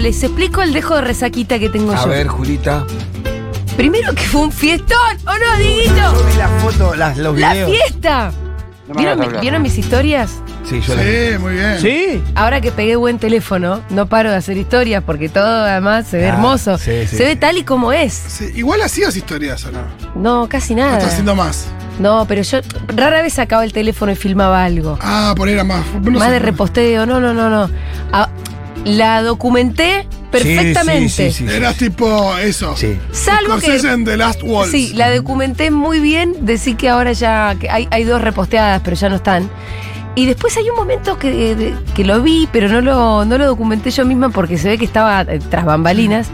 les explico el dejo de resaquita que tengo A yo. ver, Julita. Primero que fue un fiestón, ¿o no, Dieguito? Yo vi las fotos, las, los ¡La videos. fiesta! No me ¿Vieron, hagas mi- hablar. ¿Vieron mis historias? Sí, yo las Sí, muy bien. ¿Sí? Ahora que pegué buen teléfono, no paro de hacer historias porque todo además se ve Ah, hermoso. sí, sí, se ve sí. tal y como es. Sí, Igual hacías historias, ¿o no? No, casi Ah, No nada. estás haciendo más. No, pero yo rara vez sacaba el teléfono y filmaba algo. Ah, por era más. no Más sé. de reposteo, no, no, no, no. Ah, la documenté perfectamente. Sí, sí, sí, sí. Eras tipo eso. Sí. Salvo que. Scorsese en The Last Walls. Sí, la documenté muy bien. Decí que ahora ya que hay, hay dos reposteadas, pero ya no están. Y después hay un momento que, de- que lo vi, pero no lo, no lo documenté yo misma porque se ve que estaba eh, tras bambalinas.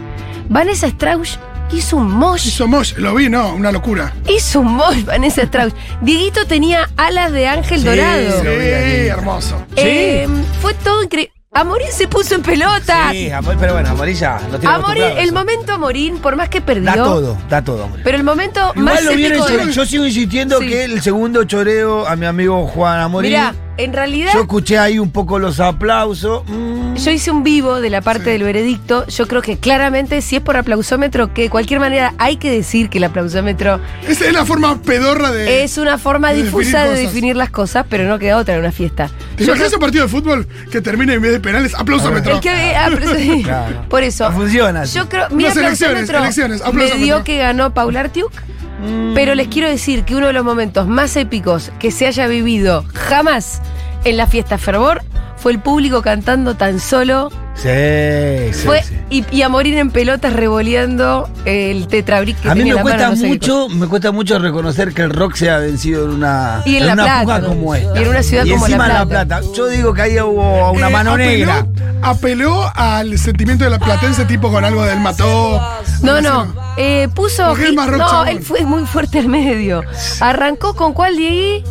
Vanessa Strauss hizo un mosh. Hizo Mosh, lo vi, ¿no? Una locura. Hizo un mosh, Vanessa Strauss. Dieguito tenía alas de ángel dorado. Lo Sí, vi, lo vi. hermoso. Eh, fue todo increíble. Amorín se puso en pelotas. Sí, amor, pero bueno, amarilla. Lo tiene Amorín, acostumbrado el eso. momento Amorín, por más que perdió. Da todo, da todo, amor. Pero el momento más Igual lo vieron, épico de- yo, yo sigo insistiendo Sí. que el segundo choreo a mi amigo Juan Amorín. Mirá, en realidad Yo yo, escuché ahí un poco los aplausos. Mm. hice un vivo de la parte Sí. del veredicto. Yo creo que claramente, si es por aplausómetro, que de cualquier manera hay que decir que el aplausómetro Esa es la forma pedorra de. es una forma de definir difusa de cosas. definir las cosas, pero no queda otra en una fiesta. ¿Te imaginas un partido de fútbol que termina en vez de penales? Aplauso, Metro. El que- eh, ah, pero- Claro. Por eso. No funciona así. Yo creo. Mira, Unas elecciones, aplausómetro elecciones, me aplausómetro. Mm. dio que ganó Paula Artiuk. Pero les quiero decir que uno de los momentos más épicos que se haya vivido jamás en la fiesta Fervor fue el público cantando tan solo. Sí, sí, fue, sí. Y, y a morir en pelotas revoleando el tetrabric que A mí tenía en me la mano, cuesta no sé qué cosa. mucho, me cuesta mucho reconocer que el rock se ha vencido en una, Y en La una Plata, puja como y esta. en una ciudad Y como La encima Plata. Yo digo que ahí hubo una Eh, mano apeló- negra. Apeló al sentimiento de la platense, tipo con algo del mató. Ah. No, no. eh, puso. Porque es más rock no, chabón. él fue muy fuerte al medio. Arrancó con cuál, Diegui?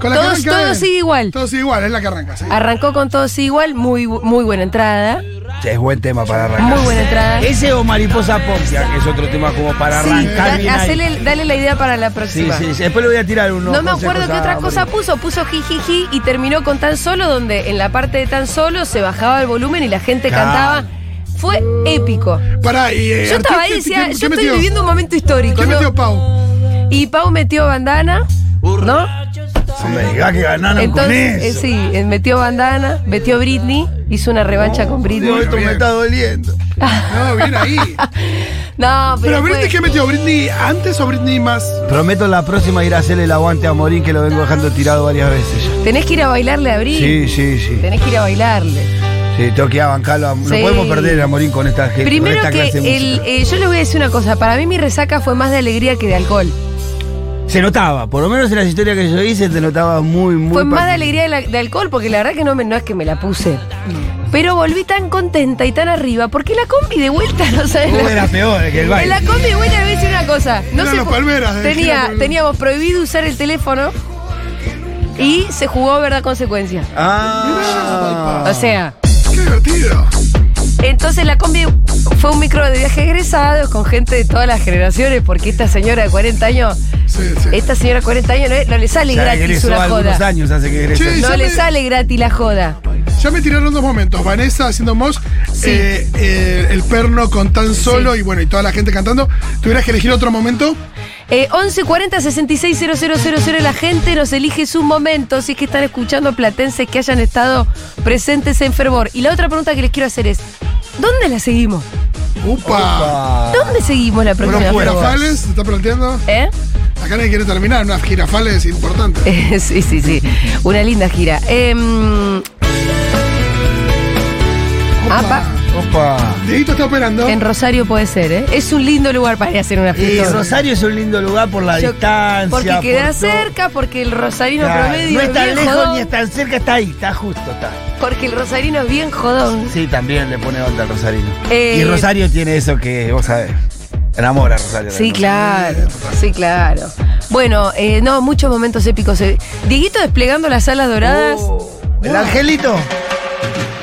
Con la Todos- que arranca todo él. sigue igual. Todo sigue igual, es la que arranca. sí. Arrancó con todos igual. Muy, bu- muy buena entrada. Sí, es buen tema para arrancar. Muy buena entrada. Ese o Mariposa Poncia, que es otro tema como para Sí, da- arrancar bien ahí. hacele- dale la idea para la Sí, próxima. sí, sí. Después le voy a tirar uno. No me acuerdo qué otra cosa puso, puso jijiji y terminó con tan solo, donde en la parte de tan solo se bajaba el volumen y la gente Claro. cantaba. Fue épico. Pará, y. eh, Yo estaba ahí y ¿qué- decía, qué- yo qué estoy metió? viviendo un momento histórico. ¿Qué ¿no? metió Pau? Y Pau metió bandana, ¿no? Me diga que ganaron Entonces, con eh, eso. sí, eh, metió bandana, metió Britney, hizo una revancha Oh, con Britney. Digo, esto me está doliendo. No, bien ahí. No, pero, fue- Pero Britney, ¿qué metió? ¿Britney antes o Britney más? Prometo la próxima ir a hacerle el aguante a Morín, que lo vengo dejando tirado varias veces ya. tenés que ir a bailarle a Britney. Sí, sí, sí. Tenés que ir a bailarle. Sí, tengo que ir a bancarlo. a- No Sí. podemos perder a Morín con esta gente. con Primero esta que clase de el, música. eh, yo les voy a decir una cosa, para mí mi resaca fue más de alegría que de alcohol. Se notaba, por lo menos en las historias que yo hice, te notaba muy, muy. fue más de particular. alegría de, la- de alcohol, porque la verdad que no, me, no es que me la puse. Pero volví tan contenta y tan arriba, porque la combi de vuelta, no sabes Vos eras peor que el En la baile. combi de vuelta les voy a decir una cosa. No Eran se los pu- palmeras eh, de tenía- Gira Palmeras. teníamos prohibido usar el teléfono y se jugó verdad consecuencia. Ah. O sea, ¡Qué divertido! entonces la combi fue un micro de viaje egresados con gente de todas las generaciones, porque esta señora de 40 años, Sí, sí. esta señora de 40 años no, es- no le sale Ya gratis egresó una algunos joda. años hace que egresó. Sí. No Ya le me- sale gratis la joda. Ya me tiraron dos momentos. Vanessa haciendo Mosh, eh, eh, el perno con tan solo y bueno, y toda la gente cantando. ¿Tuvieras que elegir otro momento? Eh, 1140 660000 la gente nos elige su momento si es que están escuchando platenses que hayan estado presentes en fervor. Y la otra pregunta que les quiero hacer es, ¿dónde la seguimos? ¡Upa! Ah. ¿Dónde seguimos la Unos próxima? puedo. girafales, ¿se está planteando? ¿Eh? Acá nadie quiere terminar, unas girafales importantes. Eh, sí, sí, sí. Una linda gira. Em, apa, Opa. Dieguito está operando. en Rosario puede ser, ¿eh? Es un lindo lugar para ir a hacer una Y fiesta. Rosario es un lindo lugar por la Yo- distancia. Porque queda por todo. cerca, porque el rosarino Claro, promedio No es tan bien lejos jodón, ni es tan cerca, está ahí, está justo. Está. Porque el rosarino es bien jodón. Sí, también le pone onda al Rosarino. Eh, y Rosario tiene eso que, vos sabés, enamora a Rosario. Sí, también. claro, sí, claro. Bueno, eh, no, muchos momentos épicos. eh. Dieguito desplegando las alas doradas Oh. Oh. El angelito.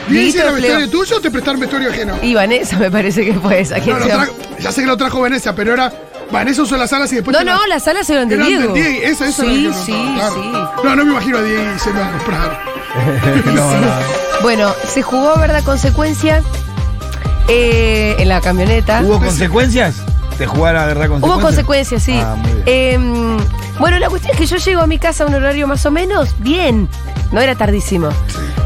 ¿Bien Dieguito hicieron Leo. vestuario tuyo o te prestaron vestuario ajeno? y Vanessa, me parece que fue esa. ¿Quién No, lo se llama? trajo- ya sé que lo trajo Vanessa, pero ahora Vanessa usó las alas y después. no, te la- no, las alas eran de Eran del Diego. Diego, Eso, eso era lo sí, que sí, contaba, sí. claro. No, no me imagino a Diego yendo a comprar. No, no. Bueno, se jugó, ¿verdad? Consecuencia. eh, en la camioneta. ¿Hubo consecuencias? ¿Te jugar a verdad Hubo consecuencias, consecuencias? sí. Ah, muy bien. Eh, bueno, la cuestión es que yo llego a mi casa a un horario más o menos bien. No era tardísimo.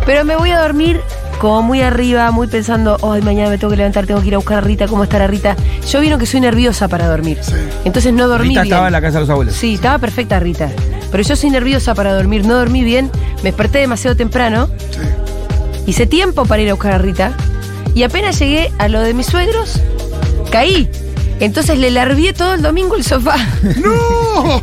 Pero me voy a dormir como muy arriba, muy pensando, ay, mañana me tengo que levantar, tengo que ir a buscar a Rita, ¿cómo estará Rita? Yo vino que soy nerviosa para dormir. Sí. Entonces no dormí Rita bien. estaba en la casa de los abuelos. Sí, estaba perfecta Rita. Pero yo soy nerviosa para dormir, no dormí bien, me desperté demasiado temprano, Sí. hice tiempo para ir a buscar a Rita y apenas llegué a lo de mis suegros, caí. Entonces le largué todo el domingo el sofá. ¡No!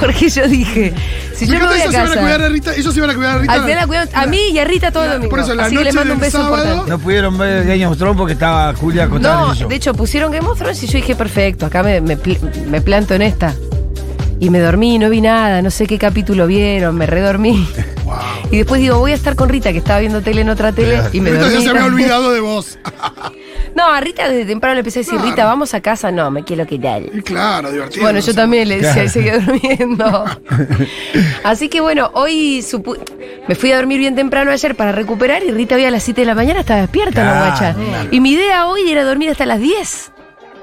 Porque yo dije, si yo me Fíjate, voy a ellos se van a cuidar casa, a Rita. Ellos se van a cuidar a Rita. al final la cuidaron a mí y a Rita todo el domingo. Por eso, la Así que le noche mando un del beso sábado- importante. No pudieron ver Game of Thrones porque estaba Julia Contreras. No, de hecho pusieron Game of Thrones y yo dije, perfecto, acá me, me pl- me planto en esta. Y me dormí, no vi nada, no sé qué capítulo vieron, me redormí. Y después digo, voy a estar con Rita, que estaba viendo tele en otra tele, y me Rita ya dormí. se había olvidado de vos. No, a Rita desde temprano le empecé a decir, Claro. Rita, vamos a casa. No, me quiero quedar. Y claro, divertido. Bueno, yo también le decía Claro. y seguía durmiendo. Así que bueno, hoy supu- me fui a dormir bien temprano ayer para recuperar y Rita había a las 7 de la mañana, estaba despierta Claro, la guacha. claro. Y mi idea hoy era dormir hasta las 10.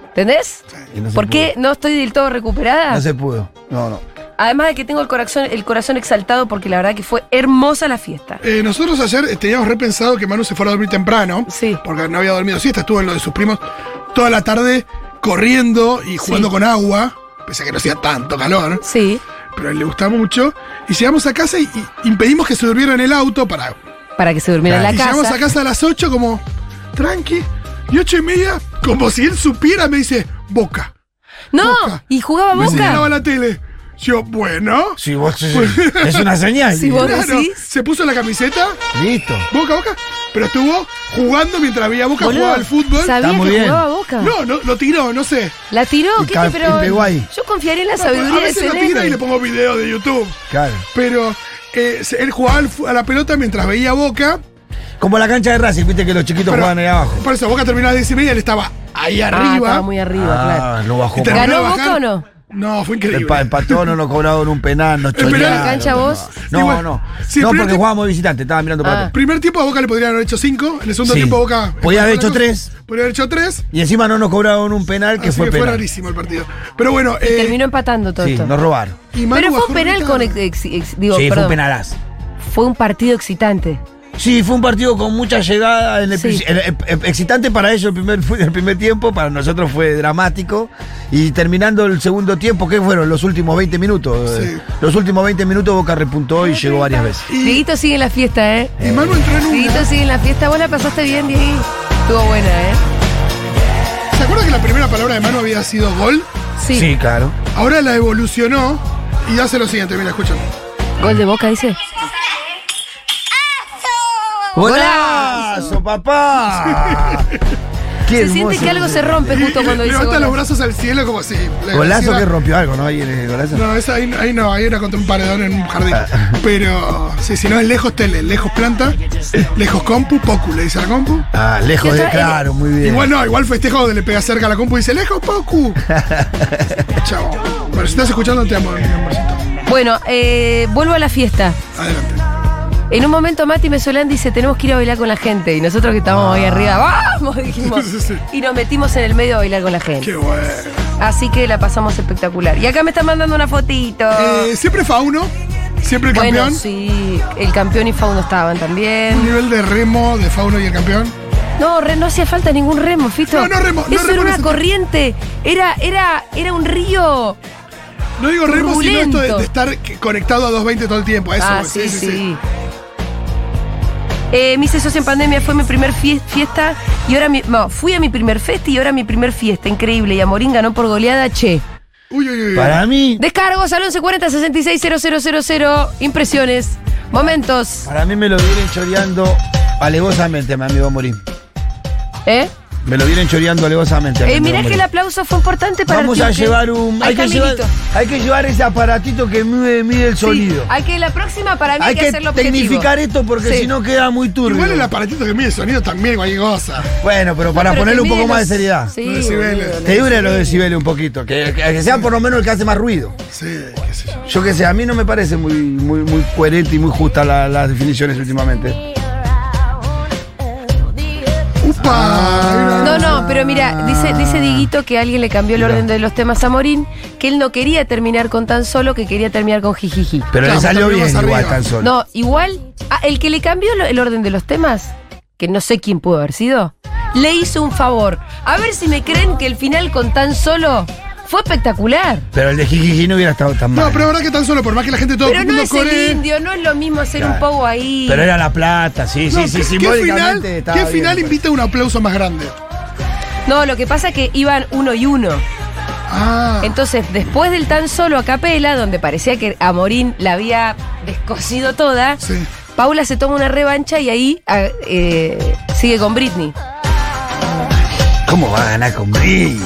¿Entendés? Y no se Porque no estoy del todo recuperada. No se pudo. No, no. Además de que tengo el corazón, el corazón exaltado porque la verdad que fue hermosa la fiesta. Eh, nosotros ayer eh, teníamos repensado que Manu se fuera a dormir temprano. Sí. Porque no había dormido siesta, estuvo en lo de sus primos toda la tarde corriendo y jugando Sí. con agua. Pese a que no hacía tanto calor, Sí, pero a él le gustaba mucho. Y llegamos a casa y, y impedimos que se durmiera en el auto para. para que se durmiera Claro. en y la llegamos casa. a casa a las 8 como tranqui. Y ocho y media, como si él supiera, me dice boca. no, Boca. y jugaba Me señalaba boca. la tele. Yo, bueno. Pues, Si vos. Pues, es una señal. Si vos- decís? Se puso la camiseta. Listo. Boca, Boca, pero estuvo jugando mientras veía Boca Boludo, jugaba al fútbol. Sabía Está muy que bien. jugaba boca. No, no, lo tiró, no sé. La tiró, Y ¿qué? ca- Pero y pegó ahí. yo confiaría en la A sabiduría de veces lo ese tira y nene. le pongo video de YouTube. Claro. Pero eh, se- él jugaba al fu- a la pelota mientras veía Boca. Como la cancha de Racing, viste que los chiquitos Pero- juegan ahí abajo. Por eso Boca terminaba a 10 y media, él estaba ahí Ah, arriba. estaba muy arriba, claro. Ah, lo bajó. y terminó ¿Ganó de bajar. Boca o no? No, fue increíble. Empa- empató, no lo cobraron un penal, nos penal? chorearon. ¿La cancha vos? No, Igual- no. Sí, no, pero porque te- jugábamos de visitante, estaba mirando para Ah. atrás. Primer tiempo a Boca le podrían haber hecho 5. En el segundo Sí. tiempo Boca. Podía haber hecho tres. Podría haber hecho 3. Y encima no nos cobraron un penal que Así fue que fue penal. rarísimo el partido. Pero bueno. eh, Terminó empatando todo sí, esto. nos robaron. y Manu Pero fue bajó un penal gritando. con. ex- ex- ex- digo, sí, fue perdón. un penalazo. Fue un partido excitante. Sí, fue un partido con mucha llegada. En el Sí. princi- el- el- el- excitante para ellos el primer, fue el primer tiempo, para nosotros fue dramático. Y terminando el segundo tiempo, ¿qué fueron? Los últimos 20 minutos. Sí. Eh, Los últimos 20 minutos Boca repuntó y llegó varias veces. Y- Dieguito sigue en la fiesta, ¿eh? Y Manu entró en una. Dieguito sigue en la fiesta. Vos la pasaste bien, Diego. Estuvo buena, ¿eh? ¿Se acuerda que la primera palabra de Manu había sido gol? Sí. claro. Ahora la evolucionó y hace lo siguiente, mira, escuchan. Gol de boca, dice. ¡Golazo, papá! Qué Se hermoso. siente que algo se rompe Y- justo y cuando dice. Levanta los gol. brazos al cielo como así. Le- Golazo decía- que rompió algo, ¿no? Ahí en el golazo. No, esa, ahí, ahí no, ahí era contra un paredón en un jardín. Ah. Pero sí, si no es lejos tele, lejos planta, lejos compu, pocu, le dice a la compu. Ah, lejos Y de otra- eh, claro, muy bien. Igual no, igual festejo donde le pega cerca a la compu y dice, lejos, pocu. Chao. Pero si estás escuchando, te amo, mi amorcito. Bueno, eh, vuelvo a la fiesta. Adelante. En un momento Mati me Mesolán dice, tenemos que ir a bailar con la gente. Y nosotros que estábamos ahí arriba, ¡vamos! dijimos. Ah. Sí, sí. Y nos metimos en el medio a bailar con la gente. Qué bueno. Así que la pasamos espectacular. Y acá me están mandando una fotito. Eh, siempre Fauno, siempre el bueno, campeón. sí, el campeón y Fauno estaban Un también. nivel de remo de Fauno y el campeón. No, re- no hacía falta ningún remo, Fito. No, no remo, no Eso remo era una necesita- corriente. Era, era, era un río. No digo remo, sino esto de, Turbulento. de estar que- conectado a 220 todo el tiempo. a Eso, ah, pues, sí, sí. Eh, me hice socio en pandemia, fue mi primer fie- fiesta y ahora mi, no, fui a mi primer festi y ahora mi primer fiesta, increíble. Y Amorín ganó por goleada, che. Uy, uy, uy. Para mí, Descargos al 1140 660000 impresiones, momentos, para mí me lo vienen choreando alevosamente, mi amigo Morín. ¿eh? Me lo vienen choreando alevosamente. mi Eh, amigo mirá que Morín. el aplauso fue importante para Vamos el a tío, llevar ¿ok? un. Al Hay que llevar, caminito. hay que llevar ese aparatito que mide, mide el Sí, sonido. hay que la próxima para mí hay, Hay que hacerlo tecnificar esto porque Sí. si no queda muy turbio. Igual el aparatito que mide el sonido también, cualquier cosa. Bueno, pero para ponerle un poco más de seriedad. Sí, Los decibeles. boludo, Que dure los decibeles un poquito, que, que- que sea por lo menos el que hace más ruido. Sí, qué sé yo. Yo qué sé, a mí no me parece muy, muy, muy coherente y muy justa la- las definiciones últimamente. Un ¡Pa! No, no, pero mira, dice, dice Diguito que alguien le cambió el Mira. orden de los temas a Morín, que él no quería terminar con tan solo, que quería terminar con jijiji. Pero Claro, le salió también bien más igual arriba. tan solo. No, igual, ah, el que le cambió lo- el orden de los temas, que no sé quién pudo haber sido, le hizo un favor. A ver si me creen que el final con tan solo fue espectacular. Pero el de Jijiji no hubiera estado tan mal. No, pero es verdad que tan solo, por más que la gente todo Pero el no mundo es coree- el indio, no es lo mismo hacer un Claro. pogo ahí. Pero era la plata, sí, No, sí, sí, ¿qué- ¿Qué final, simbólicamente estaba qué bien, final pues. invita a un aplauso más grande? No, lo que pasa es que iban uno y uno. Ah, Entonces, después del tan solo a capela, donde parecía que a Morín la había descosido toda, sí. Paula se toma una revancha y ahí ah, eh, sigue con Britney. ¿Cómo va a ganar con Britney?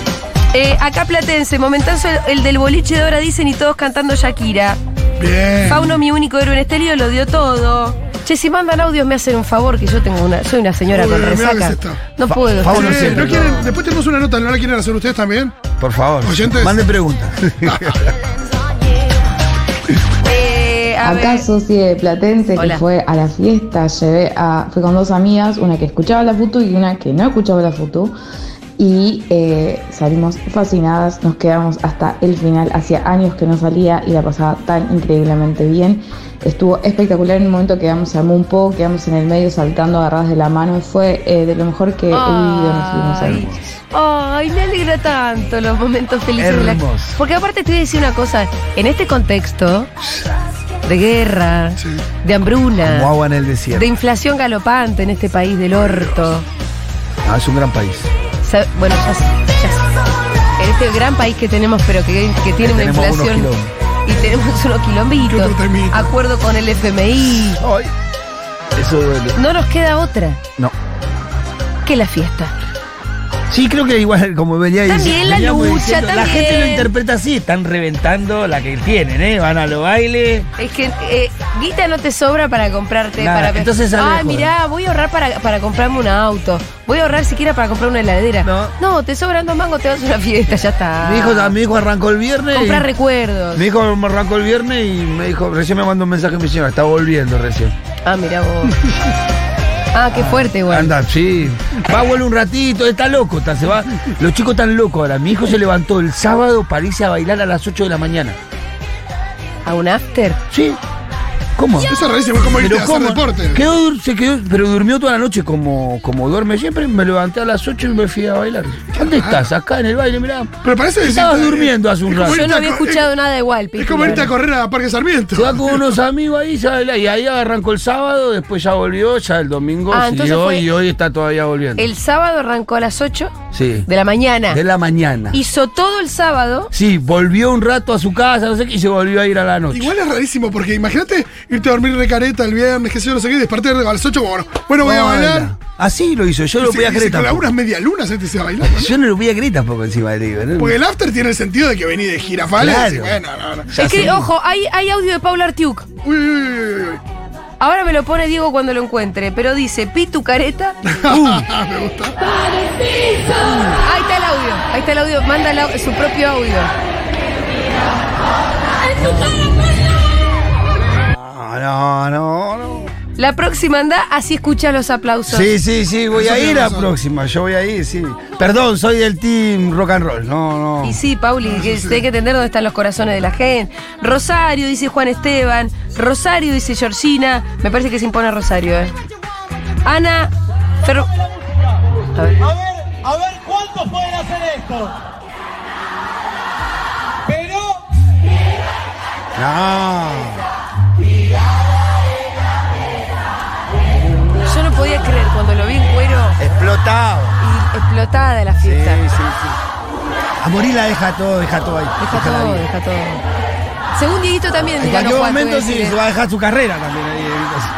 Eh, acá Platense, momentazo el, el del boliche de ahora dicen y todos cantando Shakira. Bien. Fauno, mi único héroe en este lío, lo dio todo. Che, si mandan audios me hacen un favor, que yo tengo una, soy una señora Uy, con mirá lo que resaca. es esto. No Fa- puedo. Fauno Eh, sí, ¿no pero- quieren- después tenemos una nota, ¿no la quieren hacer ustedes también? Por favor, Oyentes. manden preguntas. Eh, a Acá ver. soci de Platense Hola. que fue a la fiesta, llevé a, fui con dos amigas, una que escuchaba la Futu y una que no escuchaba la Futu. Y eh, salimos fascinadas, nos quedamos hasta el final, hacía años que no salía y la pasaba tan increíblemente bien. Estuvo espectacular en el momento quedamos, se armó un poco, quedamos en el medio saltando agarradas de la mano, fue eh, de lo mejor que he vivido en los últimos Ay, años. ay, me alegra tanto los momentos felices. de la- Hermoso. Porque aparte te voy a decir una cosa, en este contexto de guerra, Sí. de hambruna, Como agua en el de desierto. inflación galopante en este país del orto, Ah, es un gran país. sa- bueno, ya, sé, ya sé. en este gran país que tenemos, pero que, que tiene una tenemos unos inflación quilombos. y tenemos unos Y quilombitos, otro temita. acuerdo con el FMI, Ay, eso duele. no nos queda otra No. que la fiesta. Sí, creo que igual, como venía También la veníamos lucha, La también. gente lo interpreta así, están reventando la que tienen, ¿eh? Van a los bailes. Es que eh, guita no te sobra para comprarte. Nada, para... entonces sale Ah, a joder. mirá, voy a ahorrar para, para comprarme un auto. Voy a ahorrar siquiera para comprar una heladera. No. te sobran dos mangos, te vas a una fiesta, ya está. Mi, hijo, ah, mi hijo arrancó el viernes. Comprar y- Ah. recuerdos. mi hijo arrancó el viernes y me dijo, recién me mandó un mensaje mi señora, está volviendo recién. Ah, mirá vos. ah, qué fuerte, igual. Anda, sí. Va, vuelve un ratito, está loco, está, se va. Los chicos están locos ahora. Mi hijo se levantó el sábado para irse a bailar a las 8 de la mañana. A un after. ¿Sí? ¿Cómo? Eso es rarísimo, es como irte Pero a hacer ¿cómo? deporte. Quedó dur- se quedó, pero durmió toda la noche como, como duerme siempre. Me levanté a las 8 y me fui a bailar. ¿Dónde estás? Acá en el baile, mirá. Pero parece decir. Estabas durmiendo hace un como rato. Yo irte no a había co- escuchado nada igual, Es como irte a correr a Parque Sarmiento. Se va con unos amigos ahí, se baila, y ahí arrancó el sábado, después ya volvió, ya el domingo Ah, entonces siguió fue- y hoy está todavía volviendo. El sábado arrancó a las 8 Sí. de la mañana. De la mañana. Hizo todo el sábado. Sí, volvió un rato a su casa, no sé qué, y se volvió a ir a la noche. Igual es rarísimo, porque imagínate irte a dormir recareta el viernes, que sé yo, no sé qué, despertar a las 8, bueno, bueno, voy a No, bailar. no. Así lo hizo, yo no lo Y podía se- y creer se clava tampoco. unas medialunas antes de bailar. ¿no? Yo no lo podía creer tampoco encima de digo. ¿no? Porque el after tiene el sentido de que vení de girafales Claro. y bueno, no, no. Ya es que, sé. ojo, hay, hay audio de Paula Artiuk. Uy, uy, uy, uy, uy. Ahora me lo pone Diego cuando lo encuentre, pero dice, Pitu Careta. Ah, Me gusta. Ahí está el audio, ahí está el audio, manda el au- su propio audio. No, no, no, no. La próxima anda, así escucha los aplausos. Sí, sí, sí, voy Eso a tiene ir la razón. próxima, yo voy a ir, sí. Perdón, soy del team rock and roll, no, no. Y sí, Ah, Pauli, que hay que entender dónde están los corazones de la gente. Rosario, dice Juan Esteban. Rosario, dice Georgina. Me parece que se impone Rosario, ¿eh? Ana. Fer- A ver. A ver, a ver cuántos pueden hacer esto. Pero No. Yo no podía creer cuando lo vi en cuero Explotado. y explotada de la Sí, fiesta. sí, sí. A morir la deja todo, deja todo ahí. Deja la todo, vida. deja todo. Según Dieguito también, En diga, no, Juan, te cualquier voy a momento sí, decir, ¿eh? se va a dejar su carrera también ahí. entonces.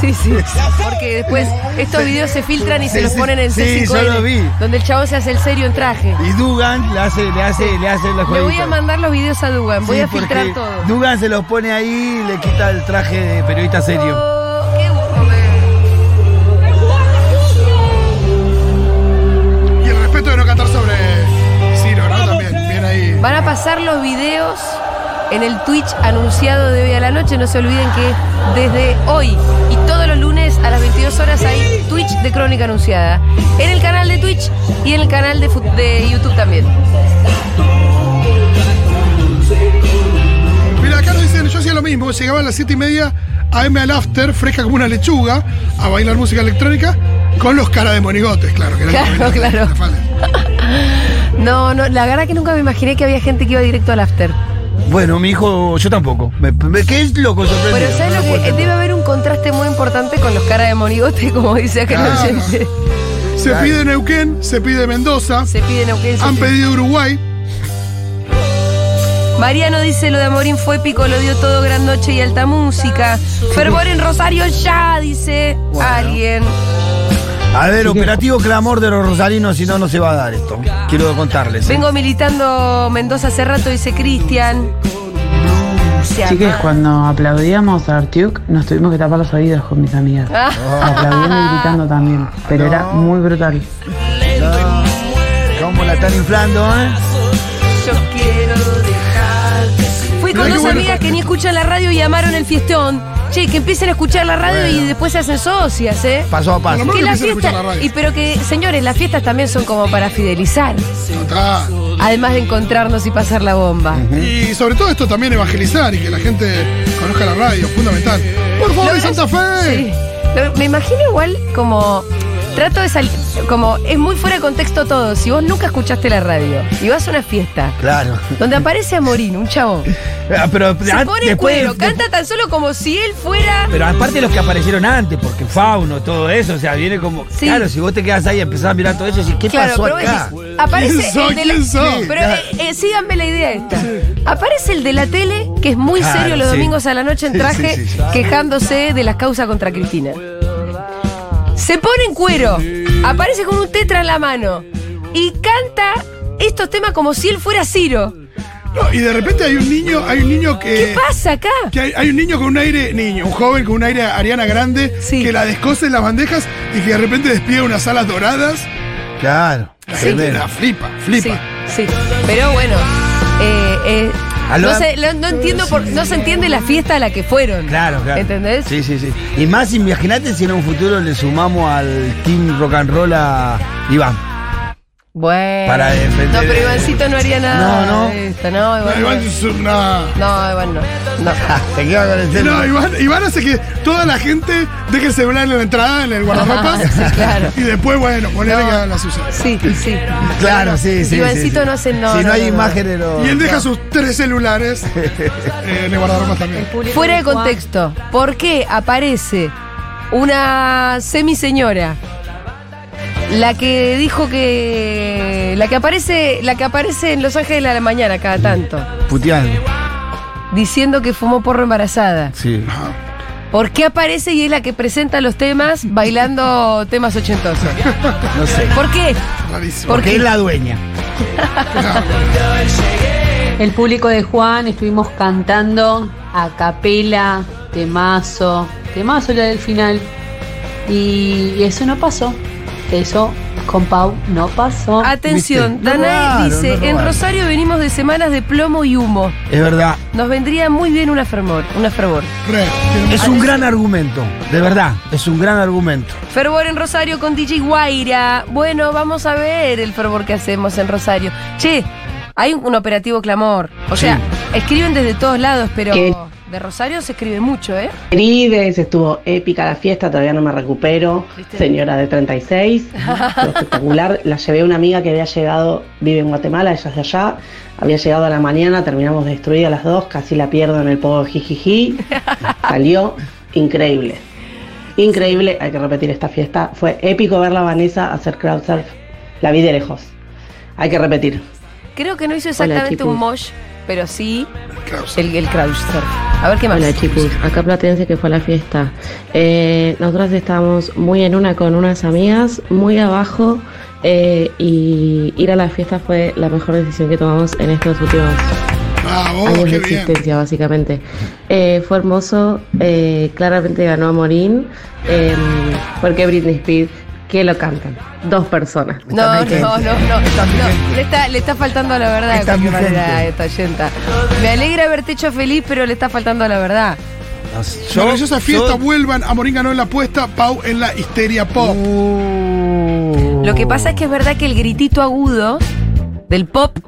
Sí, sí. Porque después estos videos se filtran y se Sí, los sí. ponen en Sí, C5N, yo lo vi. donde el chavo se hace el serio en traje. Y Dugan le hace, le hace, le hace los Le voy a jueguitos. mandar los videos a Dugan, voy Sí, a filtrar porque todo. Dugan se los pone ahí y le quita el traje de periodista serio. Oh, qué momento. Y el respeto de no cantar sobre Ciro, ¿no? También, bien ahí. Van a pasar los videos en el Twitch anunciado de hoy a la noche. No se olviden que desde hoy y todos los lunes a las 22 horas hay Twitch de Crónica Anunciada. En el canal de Twitch y en el canal de, fut- de YouTube también. Mira, acá nos dicen, yo hacía lo mismo, llegaba a las 7 y media a M al After, fresca como una lechuga, a bailar música electrónica, con los cara de monigotes, claro. Que eran Claro, los que claro. venían de Tafalla. No, no, la verdad que nunca me imaginé que había gente que iba directo al after. Bueno, mi hijo, yo tampoco. Me, me- ¿Qué es loco sorprendente? Bueno, ¿sabes lo que? Debe haber un contraste muy importante con los caras de monigote, como dice acá el Claro. oyente. Se Claro. pide Neuquén, se pide Mendoza, Se piden Neuquén. se han piden- pedido Uruguay. Mariano dice lo de Amorín fue épico, lo dio todo gran noche y alta música. Fervor en Rosario ya, dice Bueno. alguien. A ver, operativo clamor de los rosarinos, si no, no se va a dar esto. Quiero contarles. ¿eh? Vengo militando Mendoza hace rato, dice Cristian. Se Chiques, ama. cuando aplaudíamos a Artiuk, nos tuvimos que tapar los oídos con mis amigas. Ah, Aplaudiendo y gritando también, pero era No. muy brutal. No. ¿Cómo la están inflando, eh? Yo quiero dejarte. Fui con Mirá dos qué bueno. amigas que ni escuchan la radio y amaron el fiestón. Che, que empiecen a escuchar la radio Bueno. y después se hacen socias, ¿eh? Paso a Por paso. lo menos Que que la empiecen a fiesta, escuchar la radio. y pero que, señores, las fiestas también son como para fidelizar, Total. además de encontrarnos y pasar la bomba. Y sobre todo esto también evangelizar y que la gente conozca la radio, fundamental. Por favor, en Santa Sí. Fe. Lo- Me imagino igual como. Trato de salir. Como es muy fuera de contexto todo. Si vos nunca escuchaste la radio y vas a una fiesta Claro. donde aparece Amorín, un chabón, Ah, Pero se ah, pone después- cuero, canta tan solo como si él fuera. Pero aparte los que aparecieron antes, porque Fauno, todo eso, o sea, viene como. Sí. Claro, si vos te quedas ahí y empezás a mirar todo eso, decís, ¿qué Claro, pasó pero vos acá? decís, aparece ¿Quién soy? el de la, ¿Quién soy? Pero eh, eh, síganme la idea esta. Aparece el de la tele, que es muy Claro, serio los sí. domingos a la noche en Sí, traje, sí, sí, sí. quejándose de las causas contra Cristina. Se pone en cuero, aparece con un tetra en la mano y canta estos temas como si él fuera Ciro. No, y de repente hay un niño, hay un niño que. Eh, ¿Qué pasa acá? Que hay, hay un niño con un aire, niño, un joven con un aire a Ariana Grande, Sí. que la descose en las bandejas y que de repente despliega unas alas doradas. Claro. La Sí. gente la flipa, Sí, flipa. sí. Pero bueno, eh, eh, Aló. no, sé, no- no entiendo por, no se entiende la fiesta a la que fueron. Claro, claro. ¿Entendés? Sí, sí, sí. Y más, imagínate si en un futuro le sumamos al Team Rock and Roll a Iván. Bueno. Para No, defender- pero Ivancito no haría nada. No, no. de esto, no, No, Iván Iván, no. es una- No, Iván no. No. Te quedas con el No, teléfono. Iván, Iván hace que toda la gente deje el celular en la entrada, en el guardarropas. Sí, claro. Y después, bueno, ponerle No. que haga la suya. Sí, sí. Claro, sí, sí. Ivancito sí, sí. no hace no. Si no hay imágenes, imagen no. Y él deja sus tres celulares eh, en el guardarropas también. Fuera de contexto, ¿por qué aparece una semiseñora? La que dijo que. La que aparece. La que aparece en Los Ángeles a la mañana cada tanto. Puteando. Diciendo que fumó porro embarazada. Sí. Ah, ¿Por qué aparece y es la que presenta los temas bailando temas ochentosos? No sé. ¿Por qué? rarísimo. ¿Por Porque qué? es la dueña. El público de Juan estuvimos cantando a capela, temazo, temazo era del final. Y eso no pasó. Eso con Pau no pasó. Ah, Atención, ¿Viste? Danae Robaron, dice, nos en robaron". Rosario venimos de semanas de plomo y humo. Es verdad. Nos vendría muy bien una fervor, una fervor. Re, tiene Es un gran argumento. De verdad. Es un gran argumento. Fervor en Rosario con DJ Guaira. Bueno, vamos a ver el fervor que hacemos en Rosario. Che, hay un operativo clamor. O Sí. sea, escriben desde todos lados, pero ¿Qué? de Rosario se escribe mucho, ¿eh? Herides, estuvo épica la fiesta, todavía no me recupero. ¿Viste? Señora de 36, fue espectacular. La llevé a una amiga que había llegado, vive en Guatemala, ella es de allá. Había llegado a la mañana, terminamos destruida a las dos, casi la pierdo en el pogo jijiji. Salió increíble. Increíble, hay que repetir esta fiesta. Fue épico ver a Vanessa hacer crowd surf. La vi de lejos. Hay que repetir. Creo que no hizo exactamente chicos. un mosh, pero sí Krause. el, el crowdsurf. A ver qué más. Hola chicos, acá Platense que fue a la fiesta. Eh, nosotras estábamos muy en una con unas amigas, muy abajo, eh, y ir a la fiesta fue la mejor decisión que tomamos en estos últimos Bravo, años de Ah, Oh, qué bien. existencia, básicamente. Eh, fue hermoso, eh, claramente ganó a Morín, eh, porque em, Britney Spears que lo cantan. Dos personas. Está No, vigente. no, no, no, Está no. vigente. Le está, le está faltando a la verdad de Está cualquier vigente. manera a esta oyenta. Me alegra haberte hecho feliz, pero le está faltando a la verdad. Yo- Maravillosa fiesta, yo- vuelvan. Amorín ganó en la apuesta, Pau en la histeria pop. Uh. Lo que pasa es que es verdad que el gritito agudo del pop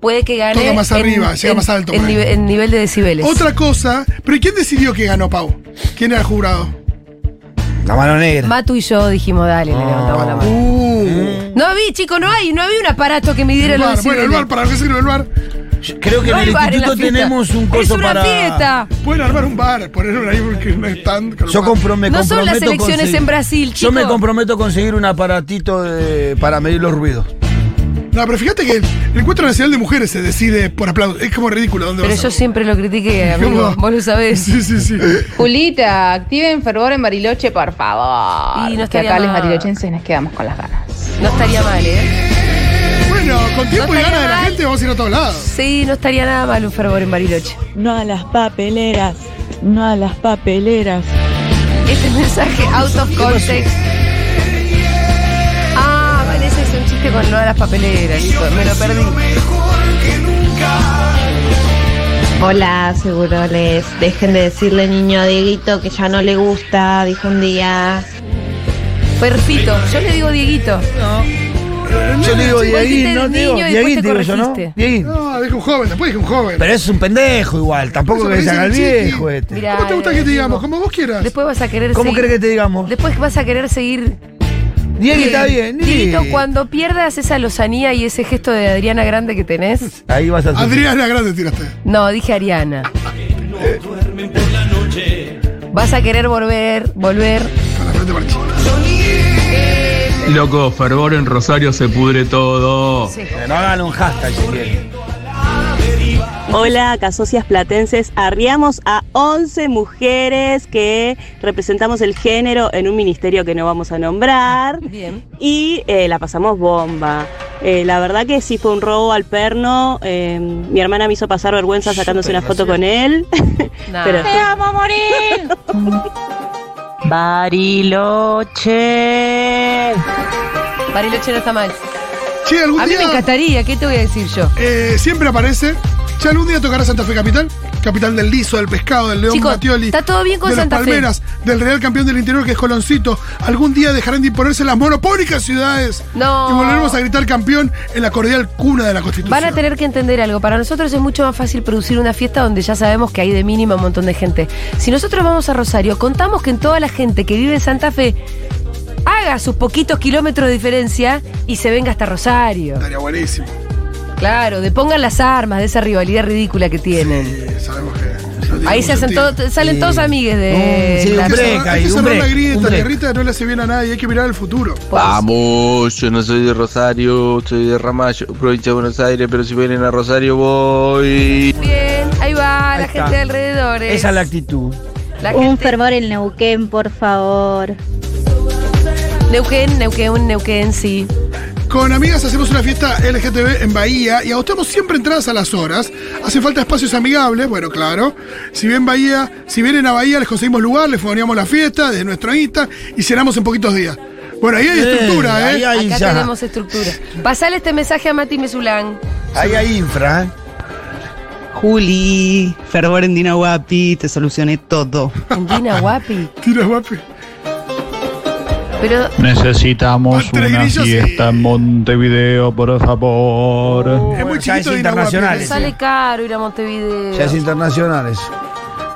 puede que gane. Toca más arriba, llega más alto, En, por ahí. nive- en nivel de decibeles. Otra cosa, pero ¿y quién decidió que ganó Pau? ¿Quién era el jurado? La mano negra. Matu y yo dijimos, dale, le levantamos la mano. Uh, No había, chico, no hay, no había un aparato que midiera el los bar. Bueno, el decibeles. bar, ¿para qué sirve el bar? Creo que No en hay el bar en la instituto fiesta. tenemos un coso es una para. fiesta. Pueden armar un bar, poner ahí un un stand. con un Yo bar. compro- me No son las comprometo a elecciones conseguir- en Brasil, Yo me chico. comprometo a conseguir un aparatito de- para medir los ruidos. No, pero fíjate que el, el encuentro nacional de mujeres se decide por aplausos. Es como ridículo. ¿Dónde Pero vas a- yo siempre lo critiqué, amigo. ¿Cómo? Vos lo sabés. Sí, sí, sí. Julita, activen fervor en Bariloche, por favor. Y no que estaría acá los mal. barilochenses nos quedamos con las ganas. No estaría mal, ¿eh? Bueno, con tiempo No y ganas de la estaría mal. gente vamos a ir a todos lados. Sí, no estaría nada mal un fervor en Bariloche. No a las papeleras, no a las papeleras. Este mensaje out of context. Ah, Vanessa hizo un chiste con lo de las papeleras, listo, me lo perdí. Hola, seguro les dejen de decirle niño a Dieguito que ya no le gusta, dijo un día. Fue Rufito, yo le digo Dieguito. Yo digo, vos dijiste Dieguín, no del te digo, niño y después Dieguín, te digo yo, ¿no? corregiste. Dieguín. No, deja un joven, después deja un joven. Pero es un pendejo igual, tampoco Eso que me se haga el dice el chiqui. viejo este. Mirá, ¿Cómo te eh, gusta que te digo, digamos? Como vos quieras. Después vas a querer ¿Cómo seguir- crees que te digamos? Después vas a querer seguir. Diego está bien, Dieguito, Diego. cuando pierdas esa lozanía y ese gesto de Adriana Grande que tenés. Ahí vas a sufrir. Adriana Grande tiraste. No, dije Ariana. Vas a querer volver, volver. Con la frente marchita. Loco, fervor en Rosario se pudre todo. Eh, No hagan un hashtag si quieren. Hola, casocias platenses. Arriamos a 11 mujeres que representamos el género en un ministerio que no vamos a nombrar. Bien. y eh, la pasamos bomba. Eh, la verdad que sí fue un robo al perno. eh, mi hermana me hizo pasar vergüenza sacándose una foto con él. Nah. Pero- amo a morir! Bariloche. Bariloche no está mal. Che, algún A mí día. me encantaría, ¿qué te voy a decir yo? eh, siempre aparece. Che, algún día tocará Santa Fe Capital. Capital del liso, del pescado, del león Chicos, Mattioli, está todo bien con de Santa las Fe. palmeras, del real campeón del interior que es Coloncito. Algún día dejarán de imponerse las monopónicas ciudades. No. Y volveremos a gritar campeón en la cordial cuna de la Constitución. Van a tener que entender algo. Para nosotros es mucho más fácil producir una fiesta donde ya sabemos que hay de mínima un montón de gente. Si nosotros vamos a Rosario, contamos que en toda la gente que vive en Santa Fe haga sus poquitos kilómetros de diferencia y se venga hasta Rosario. Estaría buenísimo. Claro, de pongan las armas de esa rivalidad ridícula que tienen. Eh, sabemos que. no tiene Ahí se mucho hacen sentido. todo- salen todos amigues de Mm, sí, la- un break. Hay que ahí, cerrar- hay que un cerrar la break, grieta, un la break. guerrita no le hace bien a nadie, hay que mirar al futuro. Vamos, yo no soy de Rosario, soy de Ramallo, provincia de Buenos Aires, pero si vienen a Rosario voy. Bien, ahí va Ahí la está. gente de alrededores. Esa es la actitud. La Un gente- fervor en Neuquén, por favor. Neuquén, Neuquén, Neuquén, sí. Con amigas hacemos una fiesta LGTB en Bahía y agotamos siempre entradas a las horas. Hacen falta espacios amigables, bueno, claro. Si bien Bahía, si vienen a Bahía les conseguimos lugar, les fogoneamos la fiesta de nuestro Insta y cenamos en poquitos días. Bueno, ahí hay Bien, estructura, ¿eh? ahí hay- Acá ya. tenemos estructura. Pasale este mensaje a Mati Mesulán. Ahí hay infra, ¿eh? Juli, fervor en Dinahuapi, te solucioné todo. En Dina Guapi. Tira, guapi. Pero Necesitamos Entre una grillos y- fiesta en Montevideo, por favor. es muy Bueno, ya chiquito es Dina Guapi. internacional me ese. ¿eh? sale caro ir a Montevideo. Ya es internacional eso.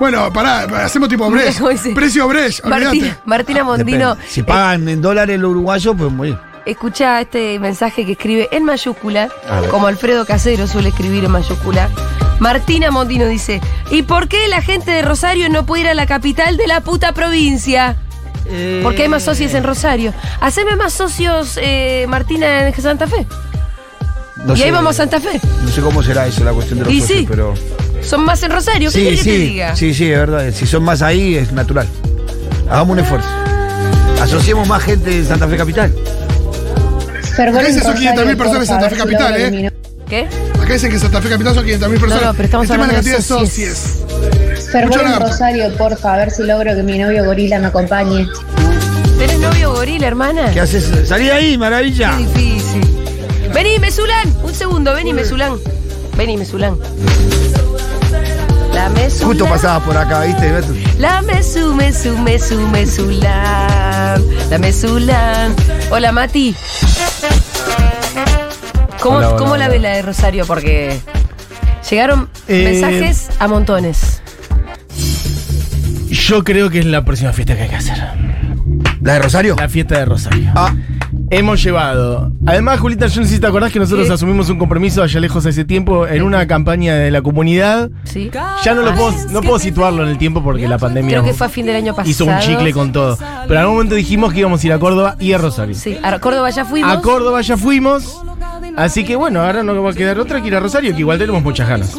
Bueno, pará, hacemos tipo Brecht. ¿Cómo dice? Precio Brecht, olvídate. Martina, Martina Mondino, Ah, Depende. Si pagan en dólares los uruguayos, pues muy bien. escucha eh, este mensaje que escribe en mayúscula, A ver. como Alfredo Casero suele escribir en mayúscula. Martina Mondino dice, ¿y por qué la gente de Rosario no puede ir a la capital de la puta provincia? Porque hay más socios en Rosario. Haceme más socios, eh, Martina, en Santa Fe. No y ahí sé- vamos a Santa Fe. No sé cómo será eso, la cuestión de los Y socios, sí. pero... Son más en Rosario, ¿qué Sí, querés que te sí, diga? sí, sí, es verdad. Si son más ahí, es natural. Hagamos Ah. un esfuerzo. Asociemos más gente de Santa Fe Capital. Fervor Acá dicen son 500.000 personas en Santa Fe Capital, ¿eh? ¿qué? Acá dicen que en Santa Fe Capital son 500.000 personas. No, no, pero estamos El tema es hablando la cantidad de de socios. socios. Fervor Mucho en nada. Rosario, porfa, a ver si logro que mi novio gorila me acompañe. ¿Tenés novio gorila, hermana? ¿Qué haces? Salí de ahí, maravilla. Qué difícil. Vení, Mesulán. Un segundo, vení, Mesulán. Vení, Mesulán. La Mesulán. Justo pasabas por acá, ¿viste? La Mesu, Mesu, Mesu, Mesulán. La Mesulán. Hola, Mati. ¿Cómo, Hola, hola, cómo la hola. ves la de Rosario? Porque llegaron Eh, mensajes a montones. Yo creo que es la próxima fiesta que hay que hacer. ¿La de Rosario? La fiesta de Rosario. Hemos llevado. Además, Julita, yo no sé si te acordás que nosotros Sí. asumimos un compromiso allá lejos hace tiempo en una campaña de la comunidad. ¿Sí? Ya no lo puedo, no puedo situarlo en el tiempo porque la pandemia Creo que fue a fin del año pasado. hizo un chicle con todo. Pero en algún momento dijimos que íbamos a ir a Córdoba y a Rosario. Sí, a Córdoba ya fuimos. A Córdoba ya fuimos. Así que bueno, ahora no va a quedar otra que ir a Rosario, que igual tenemos muchas ganas.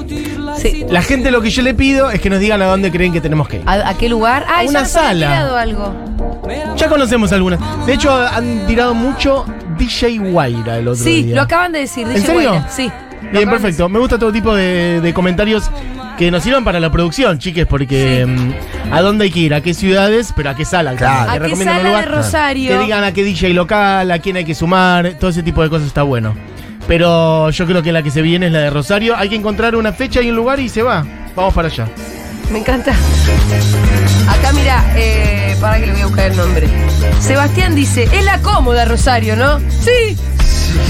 Sí. La gente lo que yo le pido es que nos digan a dónde creen que tenemos que ir. ¿A, a qué lugar? Ah, una sala. algo. Ya conocemos algunas. De hecho, han tirado mucho DJ Guaira el otro Sí, día. lo acaban de decir. ¿En DJ serio? Guaira. Sí. Bien, perfecto. Me gusta todo tipo de, de comentarios que nos sirvan para la producción, chiques, porque mm, a dónde hay que ir, a qué ciudades, pero a qué sala. ¿A Te qué recomiendan un sala de lugar Rosario? Que digan a qué DJ local, a quién hay que sumar, todo ese tipo de cosas está bueno. Pero yo creo que la que se viene es la de Rosario. Hay que encontrar una fecha y un lugar y se va. Vamos para allá. Me encanta. Acá mira, eh, para que le voy a buscar el nombre. Sebastián dice, es la cómoda, Rosario, ¿no? Sí.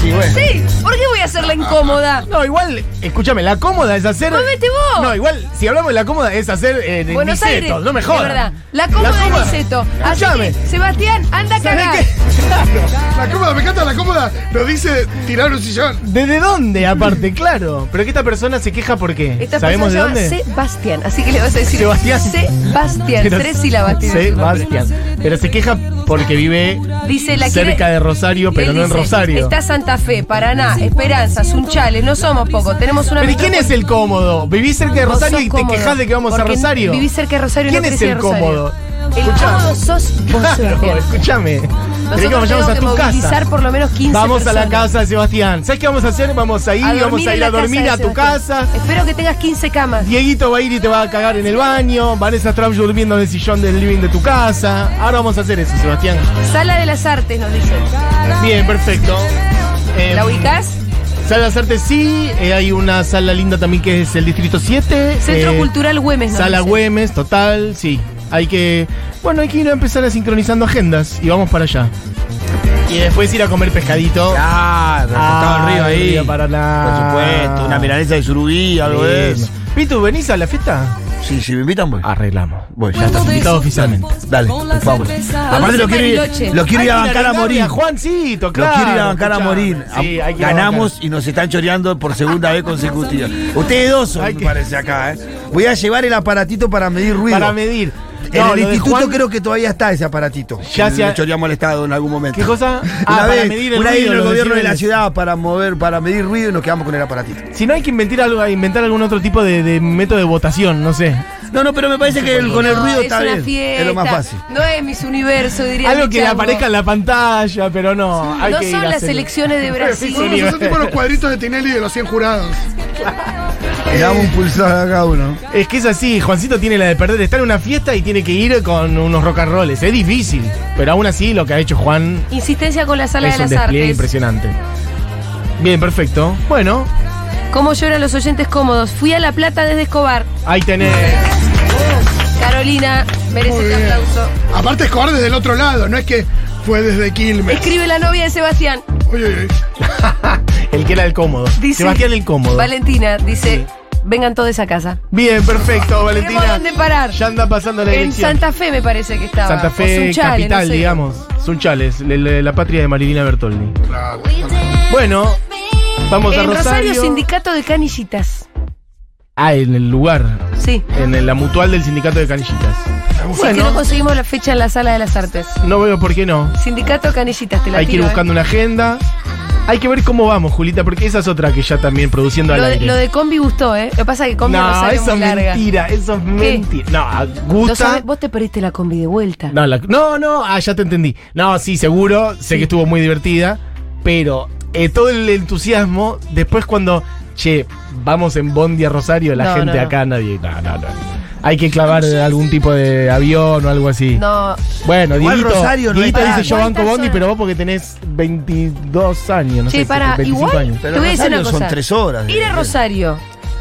Sí, bueno. Sí, ¿por qué voy a hacerla incómoda? No, igual, escúchame, la cómoda es hacer. ¡Movete vos! No, igual, si hablamos de la cómoda es hacer eh, en Buenos Niceto, Aires. no me de jodas. verdad. La cómoda La cómoda. es Niceto. Así Escuchame. que, Sebastián, anda a ¿Sabés cagar. qué? Claro, la cómoda, me encanta la cómoda. Nos dice tirar un sillón. ¿Desde dónde, aparte? Claro. Pero que esta persona se queja porque. Esta ¿Sabemos de persona se dónde? llama Sebastián, así que le vas a decir Sebastián. Sebastián, Pero- tres sílabas. tiene su nombre. Sebastián. Pero se queja porque vive Dice la cerca quiere- de Rosario, pero Él no en dice, Rosario. Está Santa Fe, Paraná, Esperanza, Sunchales, no somos pocos, tenemos una Pero ¿y quién es el cómodo? Vivís cerca de Vos Rosario sos y te cómodo, quejas de que vamos a porque Rosario. vivís cerca de Rosario y ¿Quién no es crecés el de Rosario? cómodo? El cómodo sos vos, Claro, Sebastián. escúchame. Creí que Nosotros vayamos a tenemos tu que movilizar casa. por lo menos 15 Vamos a la personas. casa de Sebastián. ¿Sabes qué vamos a hacer? Vamos a ir, dormir vamos a en ir la a dormir casa a de tu casa. Sebastián. Espero que tengas 15 camas. Dieguito va a ir y te va a cagar en el baño. Vanessa Trump durmiendo en el sillón del living de tu casa. Ahora vamos a hacer eso, Sebastián. Sala de las Artes, nos dicen. Bien, perfecto. Em, ¿La ubicás? Sala de Arte sí, eh, hay una sala linda también que es el Distrito 7. Centro eh, Cultural Güemes, nos Sala dicen. Güemes, total, sí. Hay que. Bueno, hay que ir a empezar a sincronizando agendas y vamos para allá. Y después ir a comer pescadito. Claro, Ah, estaba el río ahí. río Paraná. Por supuesto, una milanesa de surubí, algo de Bien. eso. Pitu, ¿venís a la fiesta? Sí, si me invitan, voy. Arreglamos. Voy, ya está. Invitado oficialmente. Dale, por favor. Aparte lo quiero ir, lo quiero ir a bancar a morir. Juancito, Lo claro. quiero ir a bancar a escuchá. morir. Sí, hay que ir a Ganamos y nos están choreando por segunda vez consecutiva. Ustedes dos son, me parece, acá. ¿eh? Voy a llevar el aparatito para medir ruido. Para medir. En No, el lo de instituto Juan- creo que todavía está ese aparatito. Ya Ya se ha- se choreamos al Estado en algún momento. ¿Qué cosa? Una Ah, para vez, medir el una ruido, vez vino el los gobierno de la decibeles. ciudad para mover, para medir ruido y nos quedamos con el aparatito. Si no hay que inventar algo, inventar algún otro tipo de, de método de votación, no sé. No, no, pero me parece que el- con el No, ruido es está una bien. fiesta. Es lo más fácil. No es Miss Universo, diría Algo mi que chango. aparezca en la pantalla, pero no. hay No que ir son a las hacer- elecciones de Brasil. Podemos hacer tipo los cuadritos de Tinelli de los 100 jurados. Le damos un pulsar a cada uno. Es que es así, Juancito tiene la de perder. Está en una fiesta y tiene que ir con unos rock and rolls. Es difícil, pero aún así lo que ha hecho Juan Insistencia con la Sala es de las un despliegue Artes. impresionante. Bien, perfecto. Bueno, ¿Cómo lloran los oyentes cómodos? Fui a La Plata desde Escobar. ahí tenés. Carolina, merece el aplauso. Aparte, Escobar desde el otro lado, no es que fue desde Quilmes. Escribe la novia de Sebastián. Uy, uy, uy. El que era el cómodo. Dice- Sebastián el cómodo. Valentina dice, vengan todos a casa. Bien, perfecto, Tenemos Valentina. dónde parar. Ya anda pasando la En elección. Santa Fe me parece que estaba. Santa O Fe, Sunchales, capital, no sé. digamos. Sunchales, le- le- la patria de Marilina Bertoldi. Claro. Bueno, vamos a En Rosario. Rosario, Sindicato de Canillitas. ah, en el lugar. Sí. En el- la mutual del sindicato de canillitas. Así que no conseguimos la fecha en la Sala de las Artes. No veo por qué no. Sindicato Canillitas, te la Hay que ir tiro, eh. buscando una agenda. Hay que ver cómo vamos, Julita, porque esa es otra que ya también produciendo al ¿eh? Lo de, aire. lo de combi gustó, ¿eh? Lo que pasa es que combi a no, Rosario es muy eso es larga. mentira, eso es mentira. No, ¿Lo sabes? gusta. Vos te perdiste la combi de vuelta. No, la- no, no, ah, ya te entendí. No, sí, seguro, sé que estuvo muy divertida, pero eh, todo el entusiasmo, después cuando, che, vamos en Bondi a Rosario, la No, gente no, no. acá, nadie, no, no, no. hay que clavar algún tipo de avión o algo así. No. ah, Bueno, Igual Dieguito, Rosario no hay Dieguito para- dice yo banco ¿Cuántas Bondi, son? pero vos porque tenés 22 años, no Che, sé, para, 25 igual años. te voy a decir una cosa. Ir a Rosario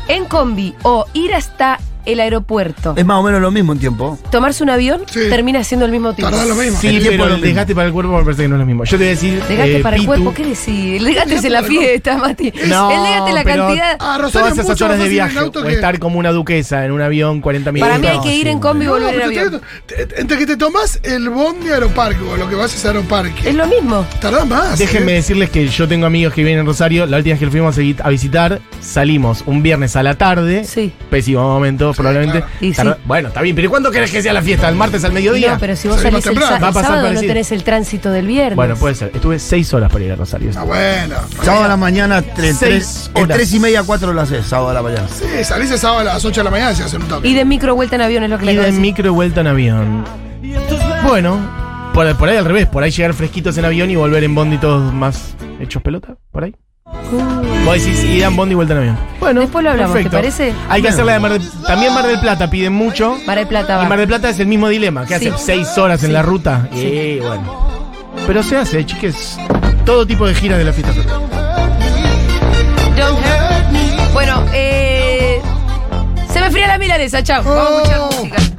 en combi o ir hasta el aeropuerto, Es más o menos lo mismo en tiempo. tomarse un avión, termina siendo el mismo tiempo. Sí, El tiempo pero es lo el mismo. desgaste para el cuerpo me parece que no es lo mismo. Yo te voy a decir. Degate eh, para el Pitu- cuerpo, ¿qué decís? El degate es en la fiesta, Mati. No, el degate es la pero cantidad. Ah, Todas esas horas de viaje. O estar como una duquesa en un avión 40 minutos. Para mí hay que ir en combi y No, volver en pero te avión. estoy- te- Entre que te tomas el bondi a aeroparque o lo que vas es a aeroparque. Es lo mismo. Tardás más. Déjenme ¿eh? decirles que yo tengo amigos que vienen a Rosario. La última vez que lo fuimos a vi- a visitar, salimos un viernes a la tarde. Sí. Pésimo momento, probablemente. claro. Y Tardó- sí. Bueno, está bien, pero ¿cuándo querés que sea la fiesta? ¿El martes al mediodía? No, pero si vos Salimos salís el, temprano. sa- Va a el pasar sábado, no parecido. tenés el tránsito del viernes. Bueno, pues- puede ser. Estuve seis horas para ir a Rosario. Ah, bueno. Sábado a la mañana, tres, Seis tres, eh, horas. tres y media, cuatro lo haces, sábado a la mañana. Sí, salís el sábado a las 8 de la mañana y se hace un toque. Y de micro vuelta en avión es lo que le Ida digo. en micro y vuelta en avión. Bueno, por, por ahí al revés, por ahí llegar fresquitos en avión y volver en bondi todos más hechos pelota, por ahí. Vos decís, ida en bondi y vuelta en avión. Bueno, después lo hablamos, ¿te parece? Hay que hacer la de Mar del- También Mar del Plata piden mucho. Mar del Plata Y va. Mar del Plata es el mismo dilema, que Sí. hace seis horas en Sí. la ruta. Sí. Eh, bueno. Pero se hace, chiques. Todo tipo de giras de la fiesta. Don't hurt me. Bueno, eh, se me fría la milanesa, chao. Vamos a escuchar música.